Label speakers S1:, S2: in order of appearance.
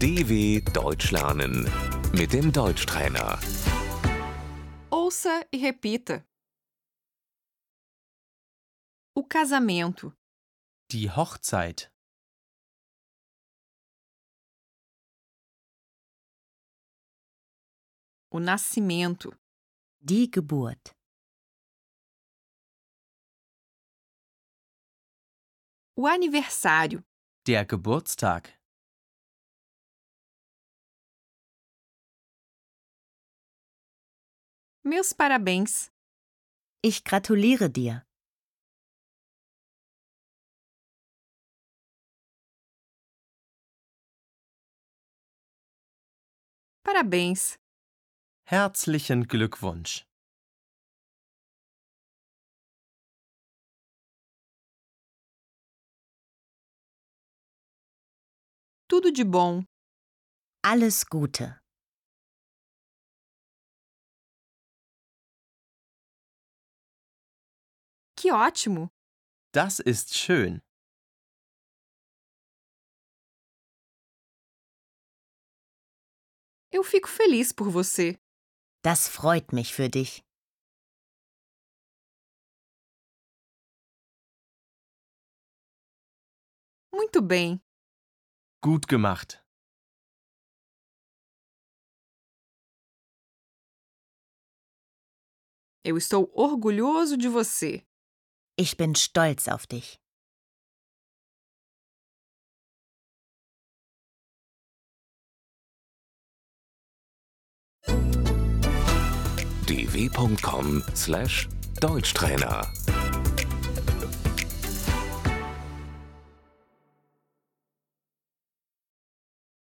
S1: DW Deutsch lernen mit dem Deutschtrainer.
S2: Ouça e repita. O casamento,
S3: Die Hochzeit.
S2: o nascimento,
S4: Die Geburt.
S2: o aniversário,
S3: Der Geburtstag.
S2: meus parabéns,
S4: Ich gratuliere dir.
S2: parabéns,
S3: Herzlichen Glückwunsch.
S2: tudo de bom,
S4: Alles Gute.
S2: que ótimo!
S3: Das ist schön.
S2: Eu fico feliz por você.
S4: Das freut mich für dich.
S2: Muito bem,
S3: Gut gemacht.
S2: eu estou orgulhoso de você.
S4: Ich bin stolz auf dich.
S1: dw.com/deutschtrainer